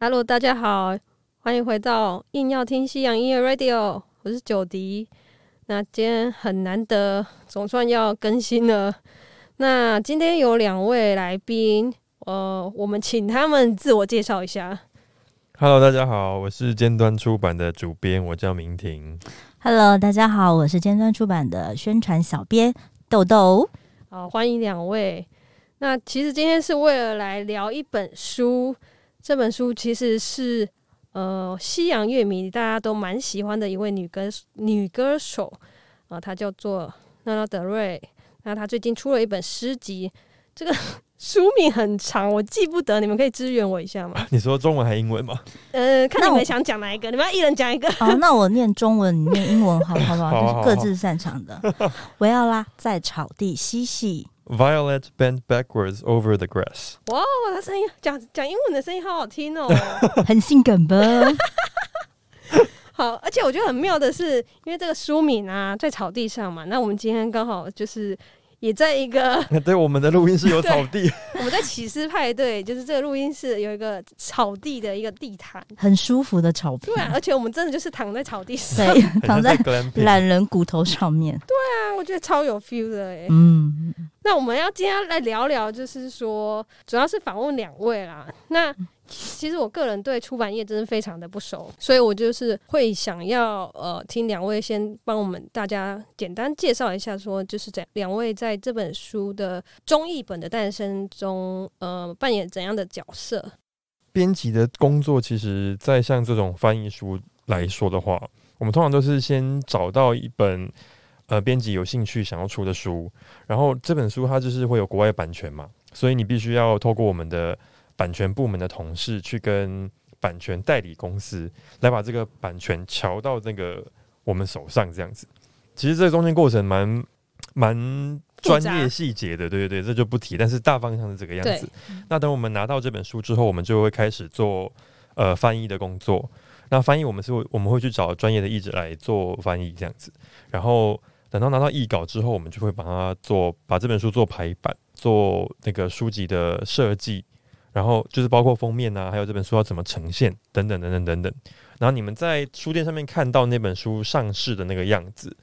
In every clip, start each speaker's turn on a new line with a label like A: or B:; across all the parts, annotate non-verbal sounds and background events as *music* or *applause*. A: Hello，大家好，欢迎回到硬要听西洋音乐 Radio，我是九迪。那今天很难得，总算要更新了。那今天有两位来宾，呃，我们请他们自我介绍一下。
B: Hello，大家好，我是尖端出版的主编，我叫明婷。 *laughs*
C: Hello，大家好，我是尖端出版的宣传小编豆豆。
A: 好，欢迎两位。那其实今天是为了来聊一本书，这本书其实是呃西洋乐迷大家都蛮喜欢的一位女歌女歌手啊、呃她叫做娜娜德瑞。那她最近出了一本诗集，这个 *laughs* 书名很长，我记不得，你们可以支援我一下吗？
B: 你说中文还英文吗？
A: 呃，看你
C: 那
A: 们
C: 我
A: 想讲哪一个，你们要一人讲一个。
C: 好，哦那我念中文，你念英文，好好不
B: 好好
C: 好？
B: 好
C: 这是各自擅长的。维奥拉在草地嬉戏，
B: Violet bent backwards over the grass。
A: 哇，哦，她声音讲讲英文的声音好好听哦。
C: 很性感吧？
A: 好，而且我觉得很妙的是，因为这个书名啊，在草地上嘛，那我们今天刚好就是也在一 *laughs* 个
B: *laughs* *laughs* 对，我们的录音室有草地，
A: 我们在起司派对，就是这个录音室有一个草地的一个地毯，
C: 很舒服的草坪
A: 对，啊，而且我们真的就是躺在草地上，
C: 对，
B: 很像
C: 躺
B: 在
C: 在
B: glamping。
C: 懒人骨头上面。
A: 啊， *laughs* 我觉得超有 feel 的哎、
C: 嗯，
A: 那我们要今天来聊聊，就是说，主要是访问两位啦。那其实我个人对出版业真是非常的不熟，所以我就是会想要呃，听两位先帮我们大家简单介绍一下，说就是这两位在这本书的中译本的诞生中，呃，扮演怎样的角色？
B: 编辑的工作，其实，在像这种翻译书来说的话，我们通常都是先找到一本呃编辑有兴趣想要出的书，然后这本书它就是会有国外版权嘛，所以你必须要透过我们的版权部门的同事去跟版权代理公司来把这个版权瞧到那个我们手上这样子。其实这中间过程蛮蛮
A: 复
B: 专
A: 杂
B: 业细节的，对对对，这就不提，但是大方向是这个样子
A: 对。
B: 那等我们拿到这本书之后，我们就会开始做呃翻译的工作。那翻译我们是会我们会去找专业的译者来做翻译这样子，然后等到拿到译稿之后，我们就会把它做把这本书做排版，做那个书籍的设计，然后就是包括封面啊，还有这本书要怎么呈现等等等等等等。然后你们在书店上面看到那本书上市的那个样子，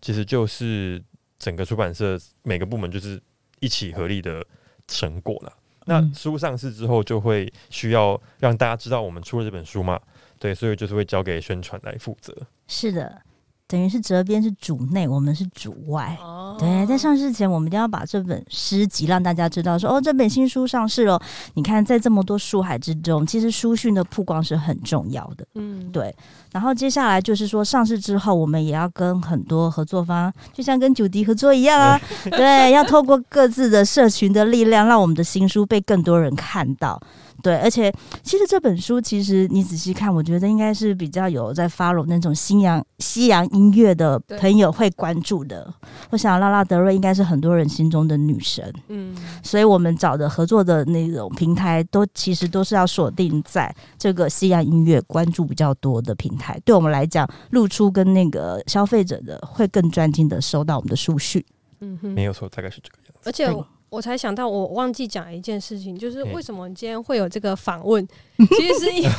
B: 其实就是整个出版社每个部门就是一起合力的成果啦。那
C: 嗯
B: 书上市之后，就会需要让大家知道我们出了这本书嘛，对，所以就是会交给宣传来负责。
C: 是的，等于是责编是主内，我们是主外。
A: 哦
C: 对，在上市前，我们一定要把这本诗集让大家知道说，哦，这本新书上市了。你看，在这么多书海之中，其实书讯的曝光是很重要的。
A: 嗯，
C: 对，然后接下来就是说，上市之后，我们也要跟很多合作方，就像跟九迪合作一样啊， *laughs* 对，要透过各自的社群的力量，让我们的新书被更多人看到。对，而且其实这本书，其实你仔细看，我觉得应该是比较有在 follow 那种西洋西洋音乐的
A: 对
C: 朋友会关注的。我想拉拉德瑞应该是很多人心中的女神。
A: 嗯，
C: 所以我们找的合作的那种平台都，其实都是要锁定在这个西洋音乐关注比较多的平台。对我们来讲，露出跟那个消费者的会更专心的收到我们的数据。
A: 嗯哼
B: 没有错，大概是这个样子。
A: 而且
C: 对
A: 我我才想到，我忘记讲一件事情，就是
B: 嗯
A: 为什么今天会有这个访问，其实是因为，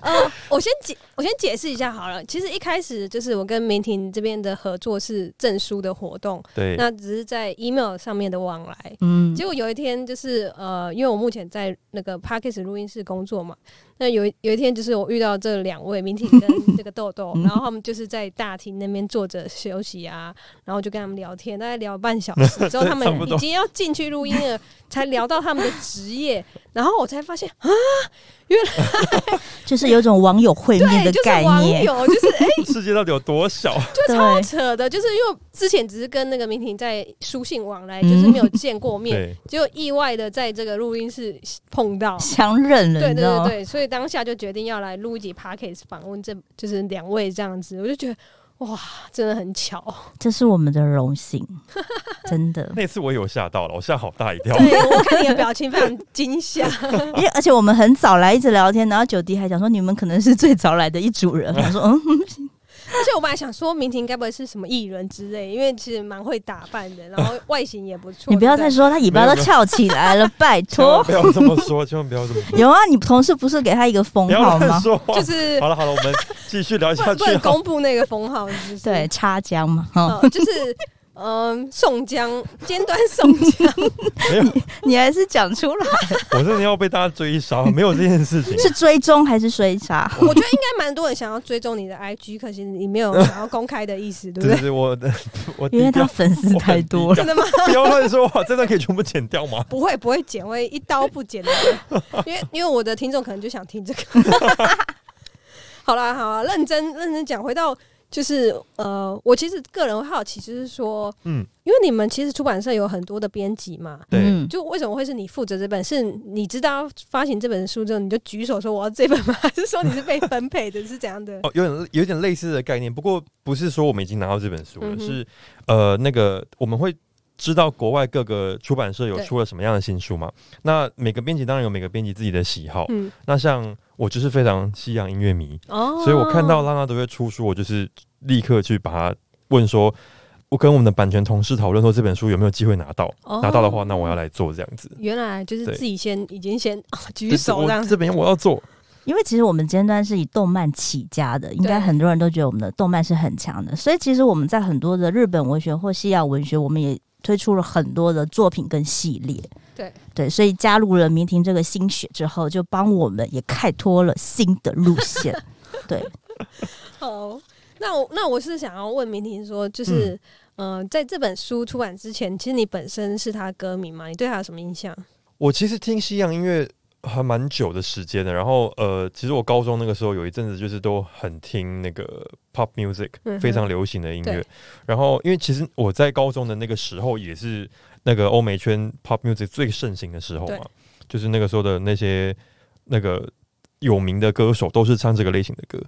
A: 呃，我先解我先解释一下好了。其实一开始就是我跟明婷这边的合作是证书的活动，
B: 对，
A: 那只是在 email 上面的往来。
C: 嗯
A: 结果有一天就是呃，因为我目前在那个 p a c k a g e 录音室工作嘛，那有一有一天就是我遇到这两位明婷
B: *laughs*
A: 跟这个豆豆，然后他们就是在大厅那边坐着休息啊，然后我就跟他们聊天，大概聊半小时之后，
B: *laughs* 对
A: 他们
B: 差不多
A: 已经要进去录音了，才聊到他们的职
B: *laughs*
A: 业，然后我才发现啊，
C: 就是有一种网友会
A: 对，
C: 面的
A: 就是
C: 概
A: 网
C: 念，
A: 友，
B: *laughs*
A: 就是哎，
B: 世界到底有多小？
C: 对，
A: 扯的，就是因为之前只是跟那个明婷在书信往来，就是没有见过面，
B: 嗯对，
A: 结果意外的在这个录音室碰到，
C: 相认了，
A: 对
C: 你
A: 对
C: 知道
A: 对
C: 吗？
A: 对，所以当下就决定要来录一集 podcast 访问这，就是两位这样子，我就觉得哇，真的很
C: *laughs*
A: 巧。
C: 这是我们的
A: *laughs*
C: 荣幸，真的。
B: 那次我有吓到了，我吓好大一跳。
A: 对我看你的表情非常惊吓，
C: 因为而且我们很早来，一直聊天，然后九迪还讲说你们可能是最早来的一组人，我说嗯，
A: 而且我本来想说，明婷该不会是什么艺人之类，因为其实蛮会打扮的，然后外形也不错。
C: 你不要再
A: 对
C: 说他尾巴都翘起
A: *laughs*
C: 来了，拜
B: 千万
C: 托。
B: 不要这么说，千万不要这么 *laughs* 说，
C: 有啊，你同事不是给他一个封
B: 不要
C: 号
B: 乱
C: 吗？
B: 说话。
A: 不对就是
B: 好了好了，我们继续聊
A: 不
B: 下
A: 能
B: 去哦
A: 不能
B: 好了。
A: 公布那个封号，就是
C: *laughs* 对，，插江嘛，哈，
A: 呃就是嗯，宋江尖端宋江， *laughs*
B: 没有，
C: 你还是讲出来，
B: 我真的要被大家追杀，没有这件事情。
C: *laughs* 是追踪还是追杀？
A: 我觉得应该蛮多人想要追踪你的 IG，可惜你没有想要公开的意思，对不
B: 对
A: 对？
B: 对，我 *laughs* 的 *laughs* 我
C: 因为
B: 低调
C: 他粉丝太多了，
A: 真的吗？
B: *laughs* 不要乱说话，这段可以全部剪掉吗？ *laughs*
A: 不会不会剪，会一刀不剪的，因为因为我的听众可能就想听
B: *laughs*
A: 这个。好啦好啦，认真认真讲，回到就是呃，我其实个人会好奇，就是说，
B: 嗯，
A: 因为你们其实出版社有很多的编辑嘛，
B: 对，
C: 嗯，
A: 就为什么会是你负责这本？是你知道发行这本书之后，你就举手说我要这本吗？还是说你是被分配的？是怎样的？
B: 哦，有点有点类似的概念，不过不是说我们已经拿到这本书了，
A: 嗯哼
B: 是呃那个我们会。知道国外各个出版社有
A: 对
B: 出了什么样的新书嘛？那每个编辑当然有每个编辑自己的喜好。
A: 嗯，
B: 那像我就是非常西洋音乐迷，
A: 哦
B: 所以我看到拉拉德月出书，我就是立刻去把它问说，我跟我们的版权同事讨论说这本书有没有机会拿到，
A: 哦
B: 拿到的话，那我要来做这样子。
A: 原来就是
B: 对
A: 自己先已经先、哦、举
B: 这
A: 手
B: 我
A: 这样
B: 这边我要做，
C: 因为其实我们尖端是以动漫起家的，应该很多人都觉得我们的动漫是很强的，所以其实我们在很多的日本文学或西洋文学，我们也推出了很多的作品跟系列。
A: 对
C: 对，所以加入了明婷这个新血之后，就帮我们也开拓了新的路 *laughs* 线。对，
A: 哦，那我那我是想要问明婷说，
B: 嗯
A: 就是、呃，在这本书出版之前，其实你本身是他歌迷嘛？你对他有什么印象？
B: 我其实听西洋音乐还蛮久的时间的，然后呃，其实我高中那个时候有一阵子就是都很听那个 pop music，、
A: 嗯哼
B: 非常流行的音乐
A: 对。
B: 然后因为其实我在高中的那个时候也是那个欧美圈 pop music 最盛行的时候
A: 对
B: 嘛，就是那个时候的那些那个有名的歌手都是唱这个类型的歌。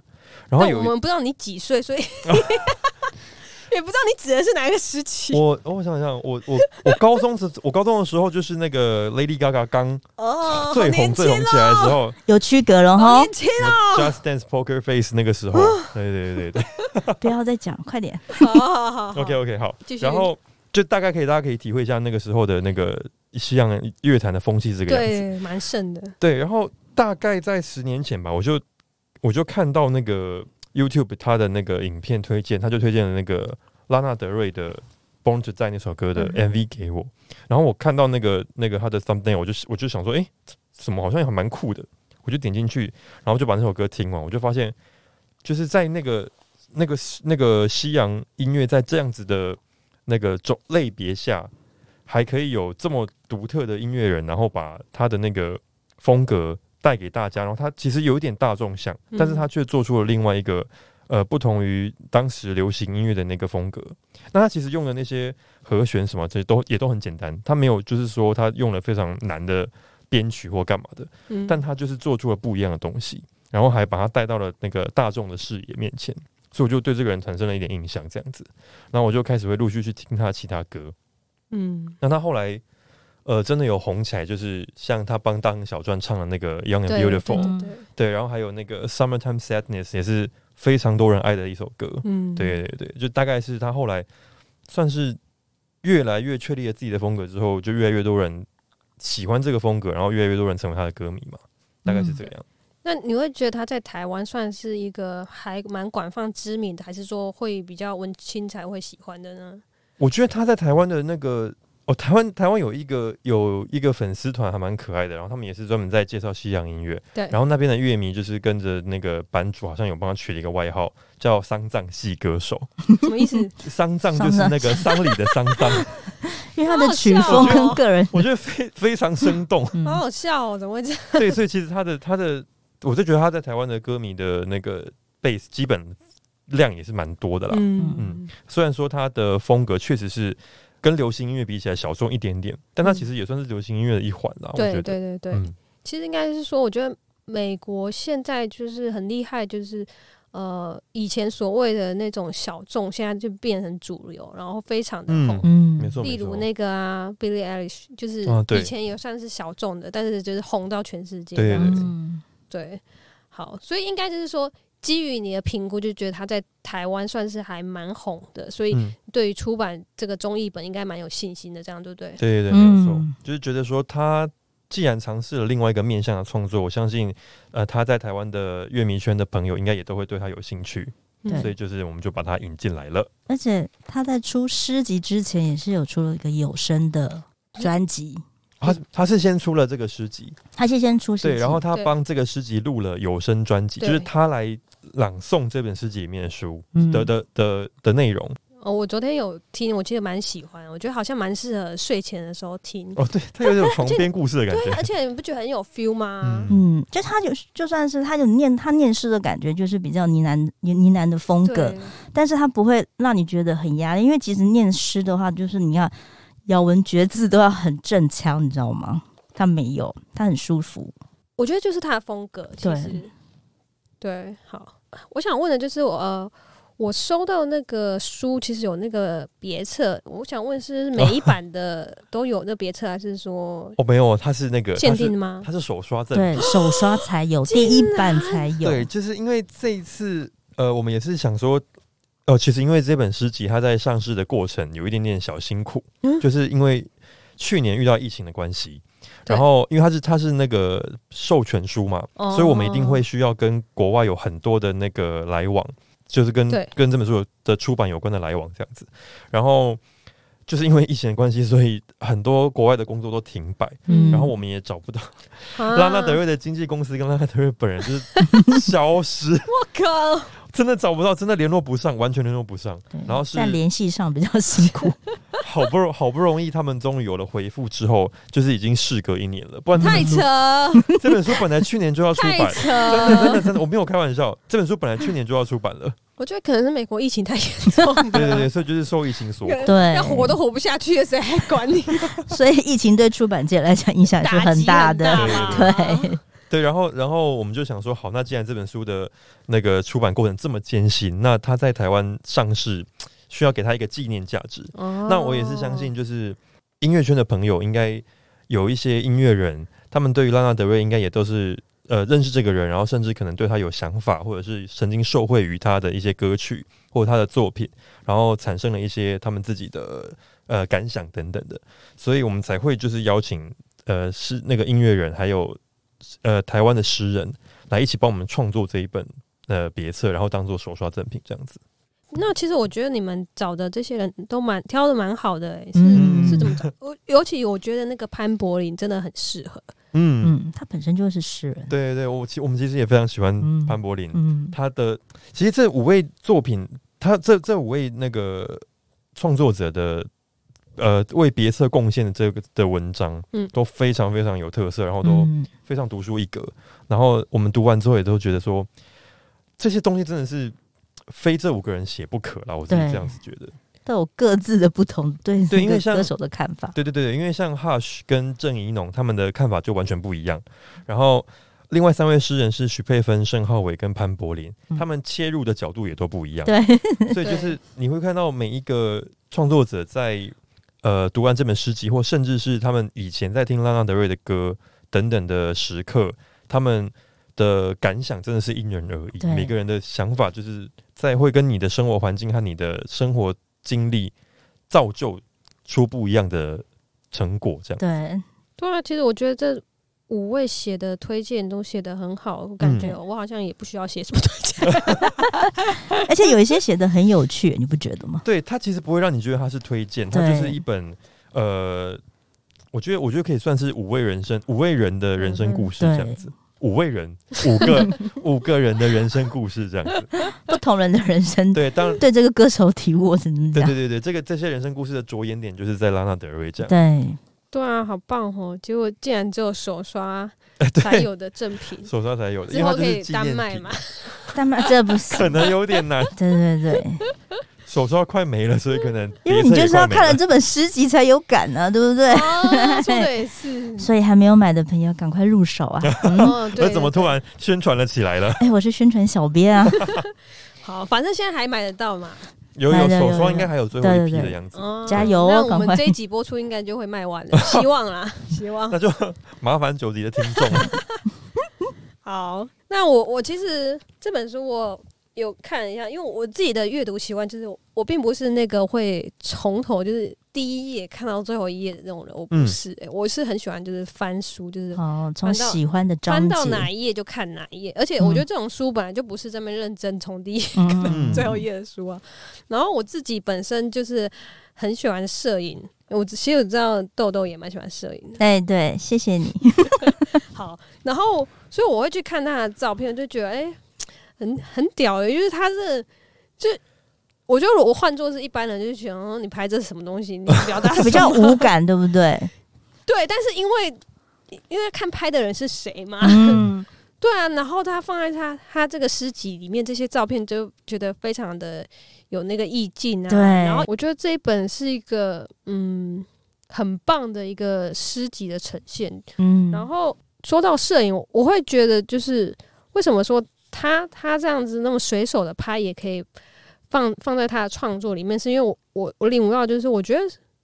B: 然后
A: 但
B: 有
A: 我
B: 一
A: 们不知道你几岁，
B: *laughs*
A: 所以也不知道你指的是哪一个时期。
B: 我哦我想想，我我我高中时我高中的时候就是那个 Lady Gaga 刚
A: 哦，
B: 最红最红起来的时候，
C: 有区隔了
A: 好
C: 哈
A: 年，轻哦，
B: 什么 Just Dance Poker Face 那个时候，
A: 啊
B: 对对对对对
C: 不要再讲，快点。
A: 好好好好
B: 啊，OK OK 好
A: 哦继，续
B: 然后就大概可以大家可以体会一下那个时候的那个西洋乐坛的风气是这个样子，
A: 对，蛮盛的。
B: 对，然后大概在十年前吧，我就我就看到那个 YouTube 它的那个影片推荐，他就推荐了那个拉纳德瑞的。Born to Die 那首歌的
A: 嗯
B: MV 给我，然后我看到那个那个他的 thumbnail，我就我就想说，诶，什么好像也蛮酷的，我就点进去，然后就把那首歌听完，我就发现，就是在那个那个那个西洋音乐在这样子的那个种类别下，还可以有这么独特的音乐人，然后把他的那个风格带给大家，然后他其实有一点大众向，
A: 嗯
B: 但是他却做出了另外一个。呃，不同于当时流行音乐的那个风格，那他其实用的那些和弦什么，这些都也都很简单，他没有就是说他用了非常难的编曲或干嘛的，
A: 嗯，
B: 但他就是做出了不一样的东西，然后还把他带到了那个大众的视野面前，所以我就对这个人产生了一点印象，这样子。然后我就开始会陆续去听他其他歌。
A: 嗯，
B: 那他后来，呃，真的有红起来，就是像他帮当小传唱的那个《Young
A: 对对
B: and Beautiful》，
A: 对对，
B: 对，然后还有那个《Summertime Sadness》也是非常多人爱的一首歌。
A: 嗯，
B: 对对对，就大概是他后来算是越来越确立了自己的风格之后，就越来越多人喜欢这个风格，然后越来越多人成为他的歌迷嘛，大概是
A: 嗯
B: 这个样。
A: 那你会觉得他在台湾算是一个还蛮广泛知名的，还是说会比较文青才会喜欢的呢？
B: 我觉得他在台湾的那个哦，台湾台湾有一个有一个粉丝团还蛮可爱的，然后他们也是专门在介绍西洋音乐，
A: 对
B: 然后那边的乐迷就是跟着那个版主，好像有帮他取了一个外号叫丧葬系歌手，
A: 什么意思？
B: 丧葬就是那个丧礼的丧葬， *laughs*
C: 因为他的曲风跟个人，
B: 我觉得非非常生动。
C: 嗯
A: 好好笑哦，怎么会这样？
B: 对，所以其实他的他的，我就觉得他在台湾的歌迷的那个 base 基本量也是蛮多的啦。
A: 嗯
B: 嗯虽然说他的风格确实是跟流行音乐比起来小众一点点，但他其实也算是流行音乐的一环啦。
A: 嗯
B: 我
A: 对
B: 觉得，
A: 对对对，
B: 嗯，
A: 其实应该是说，我觉得美国现在就是很厉害，就是呃，以前所谓的那种小众，现在就变成主流，然后非常的红。
B: 嗯
C: 嗯
B: 没错，
A: 例如
B: 没错
A: 那个啊，Billie Eilish，就是
B: 啊对
A: 以前也算是小众的，但是就是红到全世界这
B: 对
A: 样子。
C: 嗯
A: 对，好，所以应该就是说，基于你的评估，就觉得他在台湾算是还蛮红的，所以
B: 嗯，
A: 对于出版这个中译本应该蛮有信心的，这样对不对？
B: 对对对，没有错，
C: 嗯
B: 就是觉得说他既然尝试了另外一个面向的创作，我相信呃他在台湾的乐迷圈的朋友应该也都会对他有兴趣，
C: 对
B: 所以就是我们就把他引进来
A: 嗯
B: 了。哦
C: 而且他在出诗集之前也是有出了一个有声的专辑，
B: 他他是先出了这个诗集，
C: 他是先出诗集，
B: 对，然后他
A: 对
B: 帮这个诗集录了有声专辑，就
A: 对
B: 是他来朗诵这本诗集里面的书
C: 嗯
B: 的的的的内容。
A: 哦，我昨天有听，我记得蛮喜欢，我觉得好像蛮适合睡前的时候听。
B: 哦，对，他有一种床边故事的感
A: 啊对啊，而
B: 觉。
A: 且你不觉得很有 feel 吗？
B: 嗯
C: 嗯，就他有就算是他有念他念诗的感觉，就是比较呢喃呢喃的风格
A: 对，，
C: 但是他不会让你觉得很压力，因为其实念诗的话，就是你要咬文嚼字都要很正腔，你知道吗？他没有，他很舒服。
A: 我觉得就是他的风格，其
C: 对
A: 实对，好，我想问的就是我呃，我收到那个书，其实有那个别册，我想问是每一版的都有那别册，还是说
B: 哦，没有，他是那个
A: 限
B: 他是
A: 定的吗？
B: 他是手刷赠
C: 对，手刷才有，第一版才有。
B: 对，就是因为这一次，呃，我们也是想说，哦、其实因为这本诗集它在上市的过程有一点点小辛苦，
C: 嗯
B: *laughs* 就是因为去年遇到疫情的关系，
A: 对
B: 然后因为它是它是那个授权书嘛，
A: 哦
B: 所以我们一定会需要跟国外有很多的那个来往，就是跟
A: 对
B: 跟这本书的出版有关的来往这样子，然后。就是因为疫情的关系，所以很多国外的工作都停摆，
A: 嗯
B: 然后我们也找不到
A: 啊
B: 拉纳德瑞的经纪公司跟拉纳德瑞本人就是 *laughs* 消失，
A: 我靠，
B: 真的找不到，真的联络不上，完全联络不上。
C: 对
B: 然后是
C: 在联系上比较辛苦，
B: 好不容好不容易，他们终于有了回复之后，就是已经事隔一年了。不然这
A: 太
B: 本书
A: 扯， *laughs*
B: 这本书本来去年就要出
A: 太
B: 版，真的真
A: 扯
B: 的，真的，我没有开玩笑，这本书本来去年就要出版了。
A: *laughs* 我觉得可能是美国疫情太严重了，
B: 对对对，所以就是受疫情所苦。
A: *laughs*
C: 对
A: 要活都活不下去了，谁还管你？ *laughs*
C: 所以疫情对出版界来讲影响是
A: 打击
C: 大
A: 很
C: 的。
A: 啦
C: 对， *laughs*
B: 对，然后然后我们就想说，好，那既然这本书的那个出版过程这么艰辛，那它在台湾上市，需要给它一个纪念价值。
A: 哦
B: 那我也是相信，就是音乐圈的朋友应该有一些音乐人，他们对于拉纳德瑞应该也都是呃认识这个人，然后甚至可能对他有想法，或者是曾经受惠于他的一些歌曲或者他的作品，然后产生了一些他们自己的呃感想等等的，所以我们才会就是邀请呃是那个音乐人还有呃台湾的诗人来一起帮我们创作这一本。呃，别册，然后当做手刷赠品这样子。
A: 那其实我觉得你们找的这些人都蛮挑的蛮好的、欸，是、
C: 嗯
A: 是怎么
B: *laughs*
A: 找？我尤其我觉得那个潘柏林真的很适合，
B: 嗯
C: 嗯，他本身就是诗人。
B: 对对，我其我们其实也非常喜欢
C: 嗯
B: 潘柏林，
C: 嗯，
B: 他的其实这五位作品，他这这五位那个创作者的呃为别册贡献的这个的文章，
A: 嗯
B: 都非常非常有特色，然后都
C: 嗯
B: 非常独树一格。然后我们读完之后也都觉得说，这些东西真的是非这五个人写不可啦，我自己
C: 对
B: 这样子觉得。
C: 都有各自的不同对
B: 对因为
C: 这
B: 像
C: 个歌手的看法。
B: 对对对，因为像 Hush 跟郑怡农他们的看法就完全不一样。然后另外三位诗人是许佩芬、盛浩伟跟潘柏林，
C: 嗯
B: 他们切入的角度也都不一样。
C: 对， *laughs*
B: *laughs* 所以就是你会看到每一个创作者在呃读完这本诗集，或甚至是他们以前在听拉拉德瑞的歌等等的时刻，他们的感想真的是因人而异。
C: 对
B: 每个人的想法就是在会跟你的生活环境和你的生活经历造就出不一样的成果，这样。
C: 对，
A: 对啊，其实我觉得这五位写的推荐都写的很好，我感觉
C: 嗯
A: 我好像也不需要写什么推荐，
C: 而且有一些写的很有趣，你不觉
A: *laughs*
C: 得吗？
B: 对，它其实不会让你觉得它是推荐，它就
C: 对
B: 是一本呃，我觉得我觉得可以算是五位人生五位人的人生故事
C: 嗯
B: 这样子，五位人五个五个人的人生故事这样子。
C: 不同人的人生，
B: 对，当
C: 对这个歌手体悟，我只能
B: 对
C: 这 *laughs* 样
B: 对。对对，这个这些人生故事的着眼点就是在拉纳德瑞
C: *laughs*
B: 这样。
C: 对，
A: 对啊，好棒哦！结果竟然只有手刷
B: 对
A: 才有的正品，
B: 手上才 *laughs* 有的，因
A: 之
B: 为它
A: 后
B: 就
A: 可以
B: 是纪
A: 单
B: 念
A: 卖
B: 品
C: *laughs*
A: 嘛，，
C: 但嘛这不是，
B: 可能有点难，
C: 对对对，
B: *laughs* 手上快没了，所以可能
C: 因
B: 别
C: 为你
B: 册也
C: 就是要
B: 快
C: 看
B: 没
C: 了这本诗集才有感啊，对不对？
B: *laughs*
A: 哦，他说的也
C: *laughs*
A: 是，
C: 所以还没有买的朋友，赶快入手
B: *laughs*
C: 啊！嗯
A: 哦，对，
B: 那怎么突然宣传了起来了？
C: 哎，我是宣传小
B: *laughs*
C: 编啊，
A: 好？反正现在还买得到嘛，
B: 有
C: 来
B: 有
C: 了有
B: 手
C: 了
B: 霜应该还有最后
C: 对
B: 一
C: 对
B: 批的
C: 对
B: 样子，
A: 哦，
C: 加油哦
A: 那
C: 赶
A: 我们
C: 快
A: 这一集播出应该就会卖完
C: *laughs*
A: 了，
B: *laughs*
A: 希望啦，希望
B: 那。就麻烦九级的听众了。
A: 好，那那我我其实这本书我有看一下，因为我自己的阅读习惯就是我我并不是那个会从头就是第一页看到最后一页的那种人，我不
B: 嗯
A: 是、欸我是很喜欢就是翻书，就是
C: 哦，从
A: 翻到
C: 喜欢的章
A: 翻
C: 节，
A: 到哪一页就看哪一页，而且我觉
C: 嗯
A: 得这种书本来就不是这么认真从第一 *laughs*
C: 嗯，
A: 最后一页的书啊。然后我自己本身就是很喜欢摄影，我其实我知道豆豆也蛮喜欢摄影的。
C: 对对，谢谢
A: *laughs*
C: 你。
A: 好，然后所以我会去看他的照片，就觉得哎、很很屌的、就是他是就。我觉得如果换做是一般人，就觉得、嗯、你拍这是什么东西，你表
C: *laughs*
A: 达啊什么
C: 比较无感，对不对？
A: *laughs* 对，但是因为因为看拍的人是谁嘛，
C: 嗯，
A: *laughs* 对啊，然后他放在他他这个诗集里面这些照片，就觉得非常的有那个意境啊。
C: 对
A: 然后我觉得这一本是一个嗯很棒的一个诗集的呈现。
C: 嗯，
A: 然后说到摄影，我会觉得就是为什么说他他这样子那么随手的拍也可以放放在他的创作里面，是因为我我我领悟到就是我觉得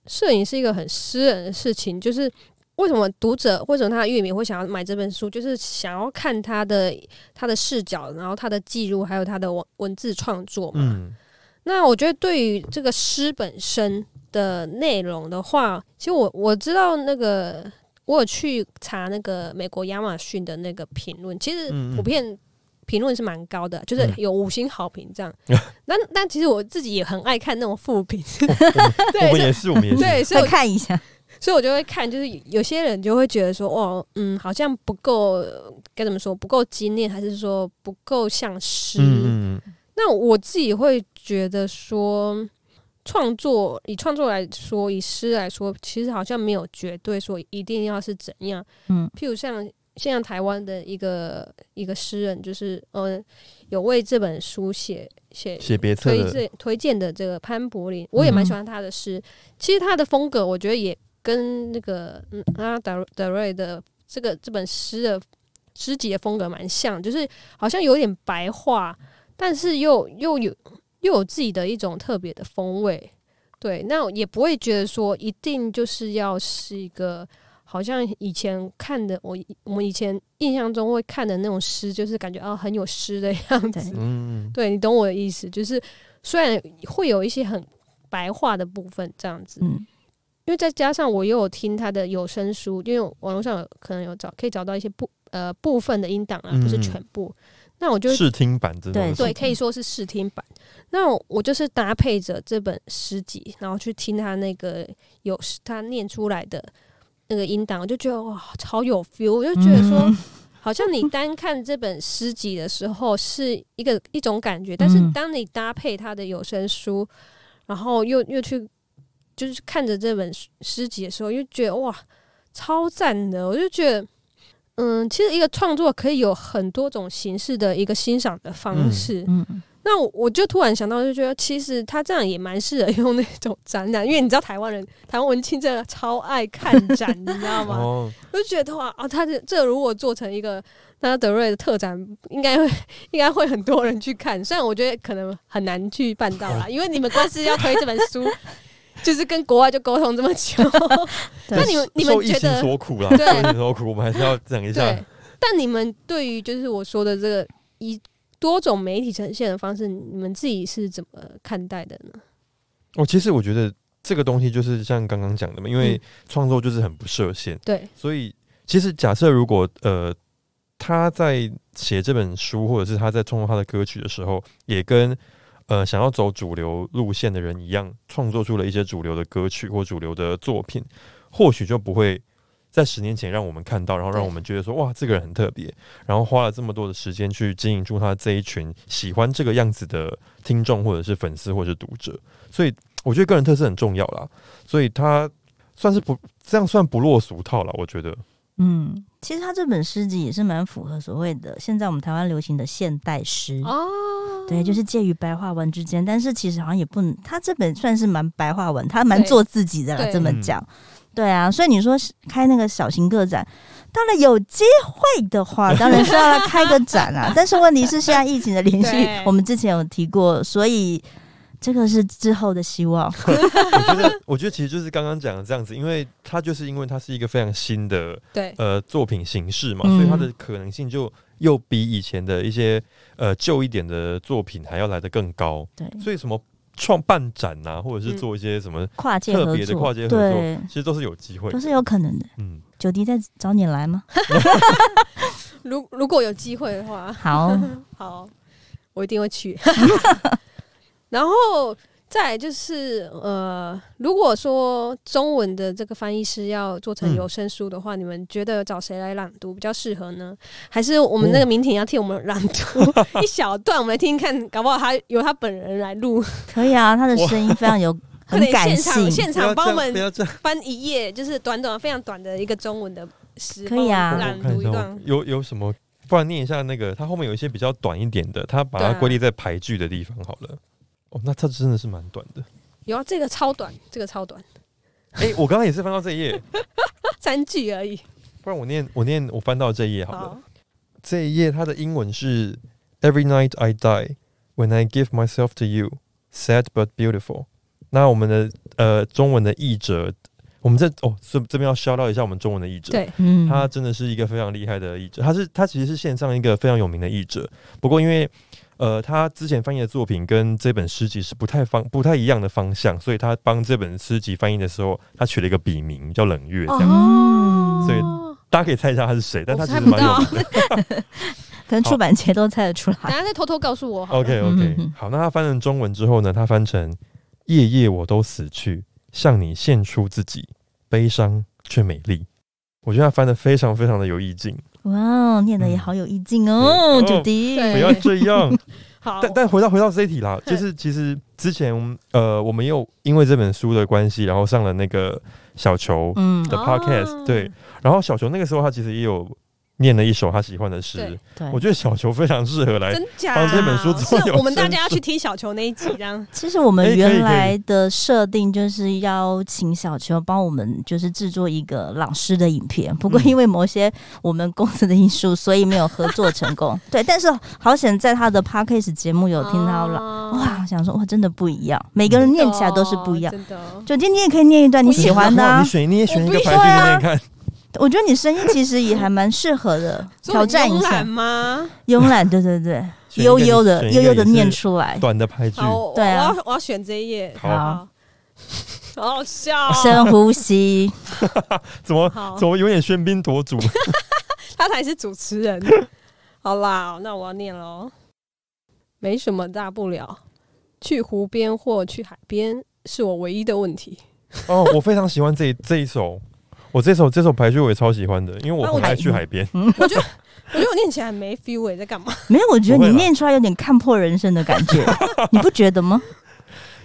A: 摄影是一个很私人的事情，就是为什么读者为什么他的乐迷会想要买这本书，就是想要看他的他的视角，然后他的记录，还有他的文文字创作嘛。
B: 嗯
A: 那我觉得对于这个诗本身的内容的话，其实我我知道那个我有去查那个美国亚马逊的那个评论，其实
B: 嗯嗯
A: 普遍评论是蛮高的，就是
B: 嗯
A: 有五星好评这样。 *laughs* 但但其实我自己也很爱看那种负
B: *laughs*
A: 评， *laughs*
B: 我们
A: 对
B: 也是，我们也是，
A: 对，所以
C: 再
A: 我
C: 看一下，
A: 所以我就会看，就是有些人就会觉得说，哦，嗯，好像不够呃该怎么说，不够精炼，还是说不够像诗？
B: 嗯嗯嗯
A: 那我自己会觉得说，创作以创作来说，以诗来说，其实好像没有绝对说一定要是怎样。
C: 嗯
A: 譬如像现在台湾的一个一个诗人，就是嗯，有为这本书写写
B: 写别册
A: 推
B: 的，
A: 荐嗯推荐的这个潘柏林，我也蛮喜欢他的诗。其实他的风格，我觉得也跟那个嗯阿达达瑞的这个这本诗的诗集的风格蛮像，就是好像有点白话，但是又又有又有自己的一种特别的风味。对，那也不会觉得说一定就是要是一个。好像以前看的，我我们以前印象中会看的那种诗，就是感觉啊很有诗的样
C: 对
A: 子。
B: 嗯，
A: 对你懂我的意思，就是虽然会有一些很白话的部分这样子，
C: 嗯
A: 因为再加上我又有听他的有声书，因为网络上有可能有找可以找到一些部呃部分的音档啊，不是
B: 嗯
A: 全部。那我就
B: 嗯试听版这种
C: 对
B: 的，
A: 对，
C: 试听
A: 可以说是试听版。那我就是搭配着这本诗集，然后去听他那个有他念出来的那个音档，我就觉得哇，超有 feel，我就觉得说。
C: 嗯
A: *laughs* 好像你单看这本诗集的时候是一个一种感觉，但是
C: 嗯
A: 当你搭配他的有声书，然后又又去就是看着这本诗诗集的时候，又觉得哇，超赞的！我就觉得，嗯，其实一个创作可以有很多种形式的一个欣赏的方式。
C: 嗯，
A: 那我我就突然想到，就觉得其实他这样也蛮适合用那种展览，因为你知道台湾人台湾文青真的超爱看展，你知道吗？
B: 哦，
A: 我就觉得哇啊，他这这如果做成一个那德瑞的特展，应该会应该会很多人去看。虽然我觉得可能很难去办到啦，因为你们光是要推这本书， *laughs* 就是跟国外就沟通这么久。
C: 对
A: 那你们你们
B: 受疫
A: 觉
B: 情
A: 得
B: 所苦啦，
A: 对
B: 受疫情所苦，我们还是要讲一下
A: 对，？但你们对于就是我说的这个以多种媒体呈现的方式，你们自己是怎么看待的呢？
B: 哦，其实我觉得这个东西就是像刚刚讲的嘛，因为
A: 嗯
B: 创作就是很不设限，
A: 对，
B: 所以其实假设如果呃他在写这本书，或者是他在创作他的歌曲的时候，也跟呃想要走主流路线的人一样，创作出了一些主流的歌曲或主流的作品，或许就不会。在十年前让我们看到，然后让
A: 对
B: 我们觉得说哇，这个人很特别，然后花了这么多的时间去经营住他这一群喜欢这个样子的听众或者是粉丝或者是读者，所以我觉得个人特色很重要啦，所以他算是不这样算不落俗套了，我觉得。
C: 嗯，其实他这本诗集也是蛮符合所谓的现在我们台湾流行的现代诗。
A: 哦，
C: 对，就是介于白话文之间，但是其实好像也不能，他这本算是蛮白话文，他蛮
A: 对
C: 做自己的啦，
A: 对
C: 这么
B: 嗯
C: 讲。对啊，所以你说是开那个小型个展，当然有机会的话，当然是
A: *laughs*
C: 要来开个展啊。但是问题是现在疫情的连续
A: 对，
C: 我们之前有提过，所以这个是之后的希望。
B: 我觉得， *laughs* 我觉得其实就是刚刚讲的这样子，因为它就是因为它是一个非常新的
A: 对，
B: 呃作品形式嘛，
C: 嗯
B: 所以它的可能性就又比以前的一些呃旧一点的作品还要来得更高。
C: 对，
B: *laughs* 所以什么创办展呐、或者是
A: 嗯
B: 做一些什么，
C: 跨界
B: 特
C: 合
B: 别的
C: 作，
B: 跨界合作
C: 对，
B: 其实都是有机会的
C: 都。是有可能的。
B: 嗯，
C: 九迪再找你来吗？
A: 如如果有机会的话，
C: 好，
A: 好，我一定会
C: *laughs*
A: 去。然后再来就是呃，如果说中文的这个翻译师要做成
B: 嗯
A: 有声书的话，你们觉得找谁来朗读比较适合
C: 哦
A: 呢？还是我们那个明婷要替我们朗读
C: *laughs*
A: 一小段，我们来听听看，搞不好他由他本人来录，
C: 可以啊，他的声音非
A: *laughs*
C: 常有
A: 快
C: 很
A: 点
C: 感
A: 现场
C: 性，
A: 现场帮我们
B: 不要这样，
A: 翻一页，就是短短非常短的一个中文的诗，
C: 可以啊
A: 帮我
B: 我
A: 们
B: 看
A: *laughs* 朗读一
B: 一下
A: 段
B: 我。有有什么。不然念一下那个，它后面有一些比较短一点的，它把
A: 对
B: 它
A: 啊
B: 归类在排句的地方好了。哦，那它真的是蛮短的。
A: 有啊，这个超短，这个超短， *laughs*
B: 哎、我刚刚也是翻到这一页，
A: 三句而已。
B: 不然我念我念我翻到这一页好了。
A: 好，
B: 这一页它的英文是 Every night I die when I give myself to you, sad but beautiful。那我们的呃中文的译者，我们这哦这这边要 shout out 一下我们中文的译者，
A: 对，
C: 嗯，
B: 他真的是一个非常厉害的译者，他是他其实是线上一个非常有名的译者，不过因为呃他之前翻译的作品跟这本诗集是不太方不太一样的方向，所以他帮这本诗集翻译的时候，他取了一个笔名叫冷月，这样、
C: 嗯
B: 所以大家可以猜一下他是谁，但他
A: 我
B: 其
A: 猜
B: 实
A: 不
B: 蛮有
A: 到
B: 名的。，
A: *laughs*
C: 可能出版界都猜得出
A: 等
C: 来。
A: 下再偷偷告诉我好了。
B: OK
C: 嗯
B: OK，、
C: 嗯嗯
B: 好，那它翻成中文之后呢，它翻成“夜夜我都死去，向你献出自己，悲伤却美丽。”我觉得它翻的非常非常的有意境，
C: 哇哦，念的也好有意境哦，
B: 嗯
C: 九迪。
A: 对
B: 不要这
A: *laughs*
B: 样。
A: 好，
B: 但但回到回到这一题啦，
A: 嗯
B: 就是其实之前呃，我们有因为这本书的关系，然后上了那个小球
C: 嗯，
B: 的 podcast，、
A: 哦
B: 对，然后小球那个时候他其实也有念了一首他喜欢的诗
A: 对，
C: 对
B: 我。觉得小球非常适合来
A: 真假？啊
B: 帮这本书做
A: 是
B: 有
A: 我们大
B: 声
A: 家要
B: 书
A: 去听小球那一集，这样
C: 其实我们
B: 哎可以可
C: 原
B: 以
C: 来的设定就是邀请小球帮我们，就是制作一个朗诗的影片。不过
B: 嗯
C: 因为某些我们公司的因素，所以没有合作
B: *laughs*
C: 成功。对，但是好险在他的 podcast 节目有听到朗，
A: 了
C: 哇，想说哇，真的不一样，每
B: 嗯
C: 个人念起来都是不一样。
A: 真的哦哦。
C: 九天，你也可以念一段你喜欢的、
B: 哇 *laughs*
C: 啊
B: 你，选你也选一
A: 我
B: 个
A: 必须
B: 排序念念看。
C: 我啊觉得你声音其实也还蛮适合
A: *laughs*
C: 的，
A: 所以我
C: 挑
A: 们
C: 战一
A: 慵
C: 下
A: 懒，吗？
C: 慵懒，对对对，
B: *laughs* 选一个
C: 悠悠的
B: 选一
C: 悠
B: 个
C: 悠的
B: 也是
C: 念出来，
B: 短的拍剧，
A: 好，我
C: 对啊
A: 我要我要选这一页。
B: 好
C: 好，
A: 好好笑哦。
C: 深呼吸，
B: 怎么
A: 好
B: 怎么有点喧宾
C: *laughs*
B: 夺主？
A: 他才是主持
B: *laughs*
A: 人。好啦，那我要念喽。没什么大不了，去湖边或去海边是我唯一的问题。
B: 哦，我非常喜欢这一这一首，我这首这首排剧我也超喜欢的，因为我很爱去海边。
A: *laughs* 我觉得我念起来很没 feel，欸在干嘛？ *laughs*
C: 没有，我觉得
B: 不会
C: 你
B: 啦
C: 念出来有点看破人生的感觉， *laughs* 你不觉得吗？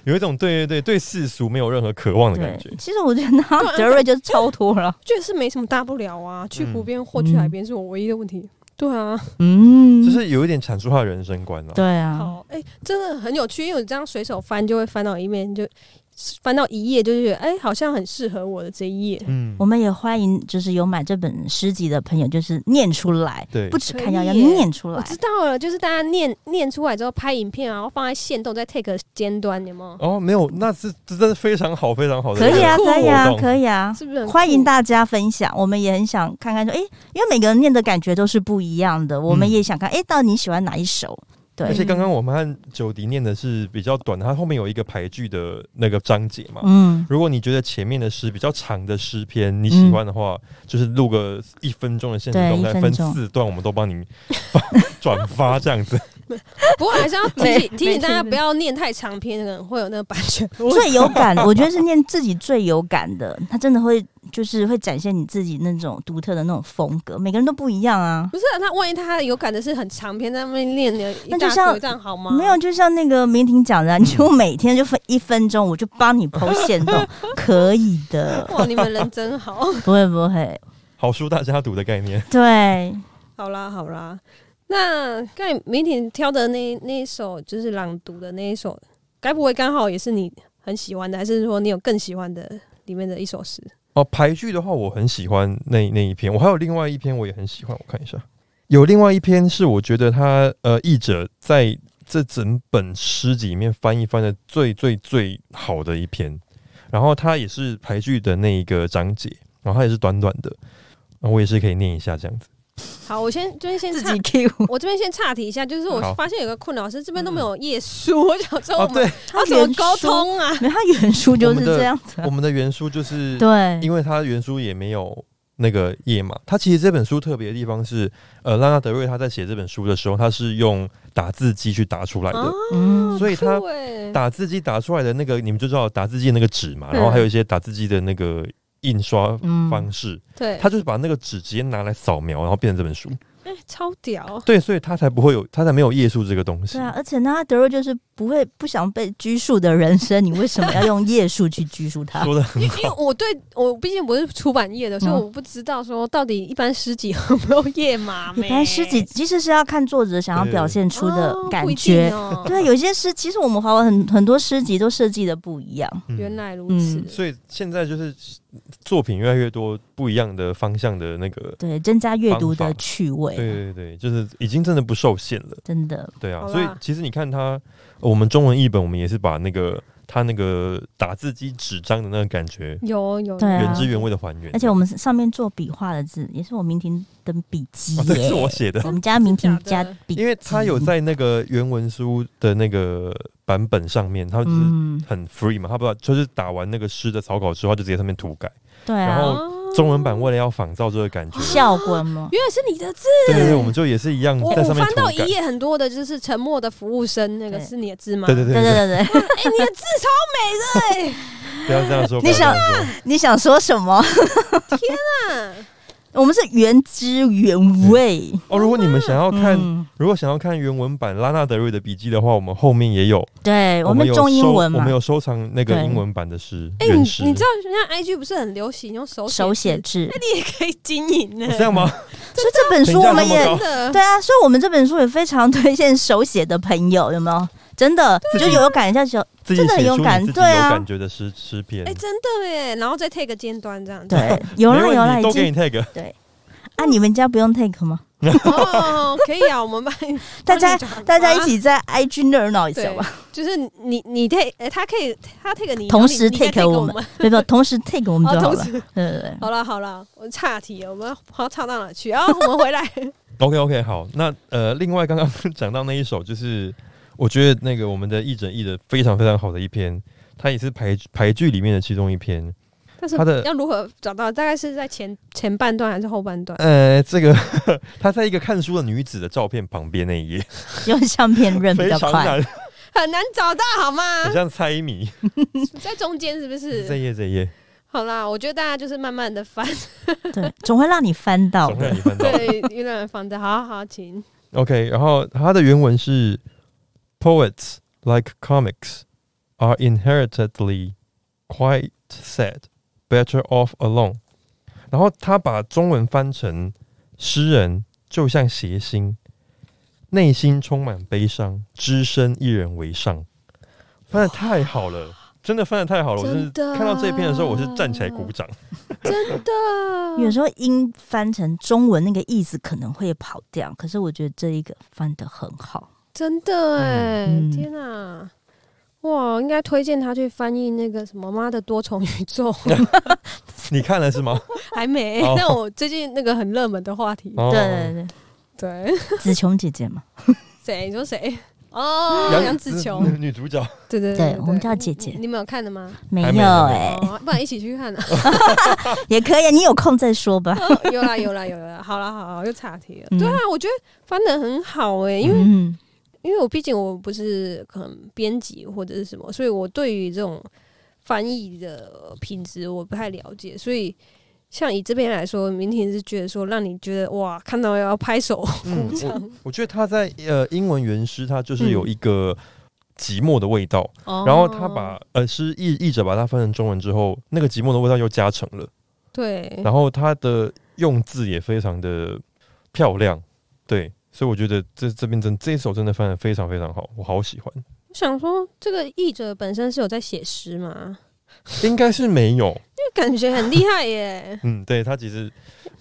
B: 有一种对对对对世俗 *laughs* 没有任何渴望的
C: 对
B: 感觉，。
C: 其实我觉得他
A: *laughs* 对啊
C: 德瑞就是超脱
B: *laughs*
C: 了，
A: 觉得是没什么大不了啊，去湖
B: 嗯
A: 边或去海
C: 嗯
A: 边是我唯一的问题。对啊，
C: 嗯，
B: 就是有一点阐述他的人生观了、
C: 对啊，
A: 好，哎、真的很有趣，因为你这样随手翻就会翻到一面，就翻到一页，就觉得哎、好像很适合我的这一页。
B: 嗯
C: 我，们也欢迎就是有买这本诗集的朋友，就是念出来，
B: 对
C: 不，止看要要
A: 可以耶
C: 念出
A: 我
C: 来，
A: 知道了，就是大家念念出来之后拍影片啊，然后放在线动，在 take 尖端，有没有？
B: 哦，没有，那是这真的非常好，非常好的，
C: 可以啊，
A: 这个
C: 可以啊
B: 活，动
C: 可以啊。
A: 是不是很酷
C: 欢迎大家分享，我们也很想看看说，诶，因为每个人念的感觉都是不一样的，我们
B: 嗯
C: 也想看，诶，到底你喜欢哪一首？对
B: 而，且刚刚我们和九迪念的是比较短，它后面有一个排剧的那个章节嘛。
C: 嗯，
B: 如果你觉得前面的诗比较长的诗篇你喜欢的话，就是录个一分钟的现实
C: 嗯对
B: 动
C: 一
B: 态，
C: 分
B: 分
C: 钟
B: 四段，我们都帮你 *laughs* 转发这样子。
A: *laughs*
B: *laughs*
A: 不过还是
C: *laughs*
A: 要提
C: 没
A: 醒提
C: 没
A: 醒大家
C: 没
A: 不要念太长篇，可能会有那个版权。
C: 最有感，我觉得是念自己最有感的，它真的会就是会展现你自己那种独特的那种风格，每个人都不一样啊。
A: 不是、啊，那万一他有感的是很长篇，在那边念了一
C: 那就
A: 大
C: 像
A: 堆，这样好吗？
C: 没有，就像那个明婷讲
B: 嗯
C: 的啊、你就每天就分一分钟，我就帮你剖
B: *laughs*
C: 线动，可以的，
A: 哇，你们人真好。
C: 不会不会，
B: 好书大家读的概念，
C: 对，
A: 好啦，好啦，那刚才明婷挑的那那一首就是朗读的那一首，该不会刚好也是你很喜欢的，还是说你有更喜欢的里面的一首诗？
B: 哦，排剧的话，我很喜欢那那一篇，我还有另外一篇我也很喜欢，我看一下，有另外一篇是我觉得他呃译者在这整本诗集里面翻译翻的最最最好的一篇。然后它也是排剧的那一个章节，然后它也是短短的，然后我也是可以念一下这样子。
A: 好，我先这边先
C: 自
A: 岔
C: 己 Q。
A: 我这边先岔题一下，就是我
B: 好
A: 发现有个困扰是这边都没有页书，我想说我
B: 哦，
A: 们
B: 对，
A: 要怎么沟通啊？
C: 没有，他原书就是这样 *laughs* 子啊、
B: 我们的原书就是
C: 对，
B: 因为它原书也没有那个页码，它其实这本书特别的地方是，呃，拉纳德瑞他在写这本书的时候，他是用打字机去打出来的，
A: 啊，
C: 嗯，
B: 所以他
A: 酷欸
B: 打字机打出来的那个你们就知道打字机那个纸嘛，然后还有一些打字机的那个印刷
C: 嗯
B: 方式，
A: 对，
B: 他就是把那个纸直接拿来扫描，然后变成这本书。
A: 哎超屌，
B: 对，所以他才不会有，他才没有页数这个东西
C: 对。啊，而且呢，他德瑞就是不会不想被拘束的人生，你为什么要用页数去拘束他？
B: 说的很
A: *laughs* 因为我对我毕竟不是出版业的，所以
C: 嗯
A: 我不知道说到底一般诗集有没有页码没。
C: 一般诗集其实是要看作者想要表现出的
A: 哦
C: 感
A: 不一
C: 觉
A: 定。哦
C: 对，有一些诗，其实我们华文很很多诗集都设计的不一样。
A: 原。
B: 嗯
A: 来如此
C: 嗯，
B: 所以现在就是作品越来越多不一样的方向的那个，
C: 对，增加阅读
B: 方
C: 的
B: 法
C: 趣味
B: 对
C: 啊，
B: 对对，就是已经真的不受限了。
C: 真的。
B: 对啊
A: 好，啦
B: 所以其实你看它，我们中文译本，我们也是把那个它那个打字机纸张的那个感觉，
A: 有有
C: 对啊
B: 原汁原味的还原。
C: 而且我们上面做笔画的字，也是我明婷的笔记
B: *laughs* 啊，这
C: 耶
B: 是。我写的，
C: 我们家明婷
A: 真
C: 家
A: 假的
C: 笔记，
B: 因为它有在那个原文书的那个版本上面，它就是
C: 嗯，
B: 很 free 嘛，它不就是打完那个诗的草稿之后，它就直接上面涂改。
C: 对
B: 然
C: 啊，
B: 后
A: 哦
B: 中文版为了要仿造这个感觉，
C: 效果嘛，
A: 原来是你的字，
B: 对对对，我们就也是一样
A: 我
B: 嗯在
A: 我
B: 上面
A: 翻
B: 涂
A: 到
B: 改。
A: 一页很多的就是沉默的服务生，那个
C: 对
A: 是你的字吗？
B: 对对 *laughs* 对
C: 对对
B: 对，
C: 对对，
A: 哎，你的字超美的
B: 不要这样说。
C: 你想
B: 不要这样说
C: 你想说
A: *laughs*
C: 什么？
A: 哎嗯，
C: 我们是原汁原味。
B: 哦？如果你们想要看，
C: 嗯
B: 如果想要看原文版拉纳德瑞的笔记的话，我们后面也有，
C: 对我
B: 们
C: 们
B: 有
C: 中英
B: 收
C: 文
B: 我
C: 嘛
B: 们，有收藏那个
C: 对嗯
B: 英文版的诗
A: 哎，你
B: 原诗。
A: 你知道人家 IG 不是很流行用手
C: 手
A: 写字，哎
C: 写制，
A: 那你也可以经营呢
B: 哦。这样吗？
C: 所以这本书
B: 评价
C: 我们
B: 那么
C: 也
B: 高
A: 真的
C: 对啊，所以我们这本书也非常推荐手写的朋友，有没有？真的，你就有感一下手，
B: 自己
C: 真的很
B: 写出
C: 勇
B: 你
C: 敢
B: 自己有
C: 对
B: *laughs*
C: 啊
B: 感觉的诗诗篇
A: 哎、，真的耶！然后再 take 个尖端这样子，
C: 对，有啦
B: 没问题
C: 有啦，已
B: 都给
C: 经
B: 你 tag。
C: 啊，你们家不用 take 吗？
A: 哦，可以啊，我们帮你
C: *laughs* 大家
A: 帮你转发
C: 大家一起在 IG 热闹一下
A: 对
C: 吧，，
A: 就是你你 take，哎、他可以他 take 你，
C: 同时
A: 然后你你再
C: take
A: 我
C: 我们对不？同时 take 我们就
A: 哦，
C: 好
A: 同
C: 了。
A: 时
C: 对对对，
A: *laughs* 好了好了，我岔题了，我们跑岔到哪去？然后我们回来，
B: OK OK，好，那呃，另外刚刚讲到那一首，就是我觉得那个我们的译者译的非常非常好的一篇，它也是排排剧里面的其中一篇。
A: *laughs* 但是
B: 他的
A: 要如何找到？大概是在前前半段还是后半段？
B: 呃，这个 *laughs* 他在一个看书的女子的照片旁边那一页，
C: 用相片认比
B: 非
C: 较
B: 常
C: 快。
B: 难，
A: 很难找到好吗？
B: 很像猜谜。
A: 在中间是不
B: 这
A: 是？
B: 一页这一页，
A: 好啦，我觉得大家就是慢慢的翻，
C: 对，总会让你翻到
B: 总会
C: 的。
B: 让你翻到。
A: 对，有点翻的，好好请。
B: OK，然后它的原文是：Poets like comics are inherently quite sad, better off alone。然后他把中文翻成诗人就像谐星，内心充满悲伤，只身一人为上。翻的太好了，真的翻的太好了！我是
A: 真的
B: 看到这篇的时候，我是站起来鼓掌。
A: 真的，
C: 有时候英翻成中文那个意思可能会跑掉，可是我觉得这一个翻得很好。
A: 真的哎、
C: 嗯嗯
A: 天哪、哇，应该推荐他去翻译那个什么“妈的多重宇宙
B: 你看了是
C: *laughs*
B: 吗？”，
A: 还没
B: 哦。
A: 但我最近那个很热门的话题，
B: 哦
C: 对对
A: 对，
C: 对，子琼姐姐嘛，
A: 谁？你说谁？哦，杨紫琼，
B: 女女主角。
A: 对对
C: 对
A: 对，
C: 我们叫姐姐
A: 你你们有看的吗？
C: 没
B: 还没
C: 有
B: 还没
C: 哎，
A: 哦，不然一起去
C: *laughs*
A: 看啊！
C: 也可以，你有空再说吧。
A: 哦有啦有啦有啦，好啦好啦，又岔题了。
C: 嗯
A: 对啊，我觉得翻的很好哎、 *laughs* 因为
C: 嗯，
A: 因为我毕竟我不是可能编辑或者是什么，所以我对于这种翻译的品质我不太了解，所以。像以这边来说，明婷是觉得说让你觉得哇，看到要拍手
B: 嗯
A: 鼓掌
B: 我觉得他在呃英文原诗，它就是有一个寂寞的味道，
A: 哦。
B: 然后他把呃是译译者把它翻成中文之后，那个寂寞的味道又加成了，
A: 对，
B: 然后他的用字也非常的漂亮，对，所以我觉得这这边真这一首真的翻的非常非常好，我好喜欢。
A: 我想说这个译者本身是有在写诗吗？
B: 应该是没有，，
A: 感觉很厉害耶
B: 嗯，对他其实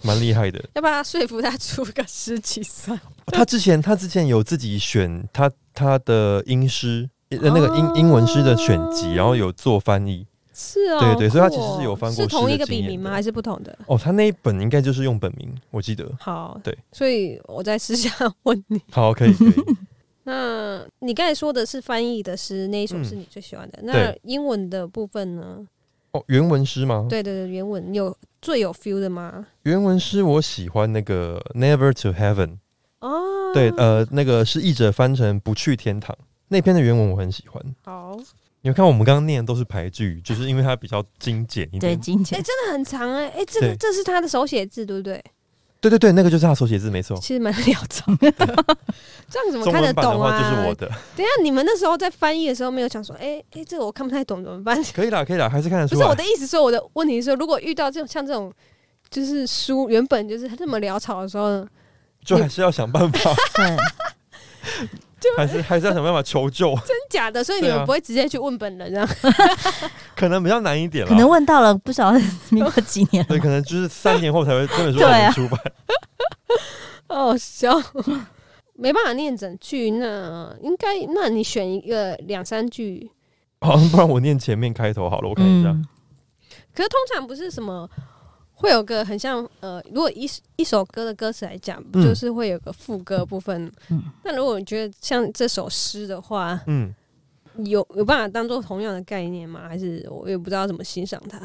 B: 蛮厉害的。
A: 要不然说服他出个十几算，
B: 他之前他之前有自己选他他的英诗。呃那个英
A: 哦
B: 英文诗的选集，然后有做翻译
A: *laughs* 是哦，
B: 对对所以他其
A: 酷哦
B: 实是有翻过
A: 是同
B: 诗
A: 一
B: 的
A: 个
B: 经
A: 笔
B: 验
A: 名吗？
B: 的
A: 还是不同的？
B: 哦。他那一本应该就是用本名，我记得。
A: 好，
B: 对，
A: 所以我再私下问你。
B: 好，可以可以。
A: *laughs* 那你刚才说的是翻译的诗那一首
B: 嗯
A: 是你最喜欢的，那英文的部分呢？
B: 哦，原文诗吗？
A: 对对对，原文你有最有 feel 的吗？
B: 原文诗我喜欢那个 Never to Heaven，
A: 哦，
B: 对，呃，那个是译者翻成不去天堂那篇的原文我很喜欢。
A: 好，
B: 你有看我们刚刚念的都是排句，就是因为它比较精简一
C: 对，
B: 点。
C: 金
A: 哎、
C: 姐，
A: 真的很长哎、哎、这个
B: 对
A: 这是他的手写字，对不对？
B: 对对对，那个就是他手写字，没错。
A: 其实蛮潦草
B: *laughs*
A: 的，这样怎么
B: 哦中
A: 看得
B: 文版的
A: 懂
B: 话
A: 啊？
B: 就是
A: *laughs*
B: 我的，
A: 等一下你们那时候在翻译的时候没有想说，哎、哎、这个我看不太懂怎么办？
B: 可以啦，可以啦，还是看得
A: 不
B: 出
A: 是
B: 来
A: 我。的意思，说我的问题是说，如果遇到这种像这种就是书原本就是这么潦草的时候呢，
B: 就还是要想办
A: *laughs*
B: 法，
C: 对，
B: 还是还是要想办法求救，
A: 真假的，所以你
B: 对啊
A: 们不会直接去问本人啊？ *laughs*
B: 可能比较难一点
C: 可
B: 啦。
C: 能问到了不晓得民国几年
B: 对，可能就是三年后才会这本书
C: 对啊
B: 才能出版。
A: 哦，笑， *laughs* 没办法念整句，那应该那你选一个两三句，
B: *laughs* 好，不然我念前面开头好了，我看一下。
C: 嗯，
A: 可是通常不是什么。会有个很像呃，如果一一首歌的歌词来讲，不
B: 嗯
A: 就是会有个副歌部分。
C: 嗯
A: 那如果你觉得像这首诗的话，
B: 嗯，
A: 有有办法当做同样的概念吗？还是我也不知道怎么欣赏它？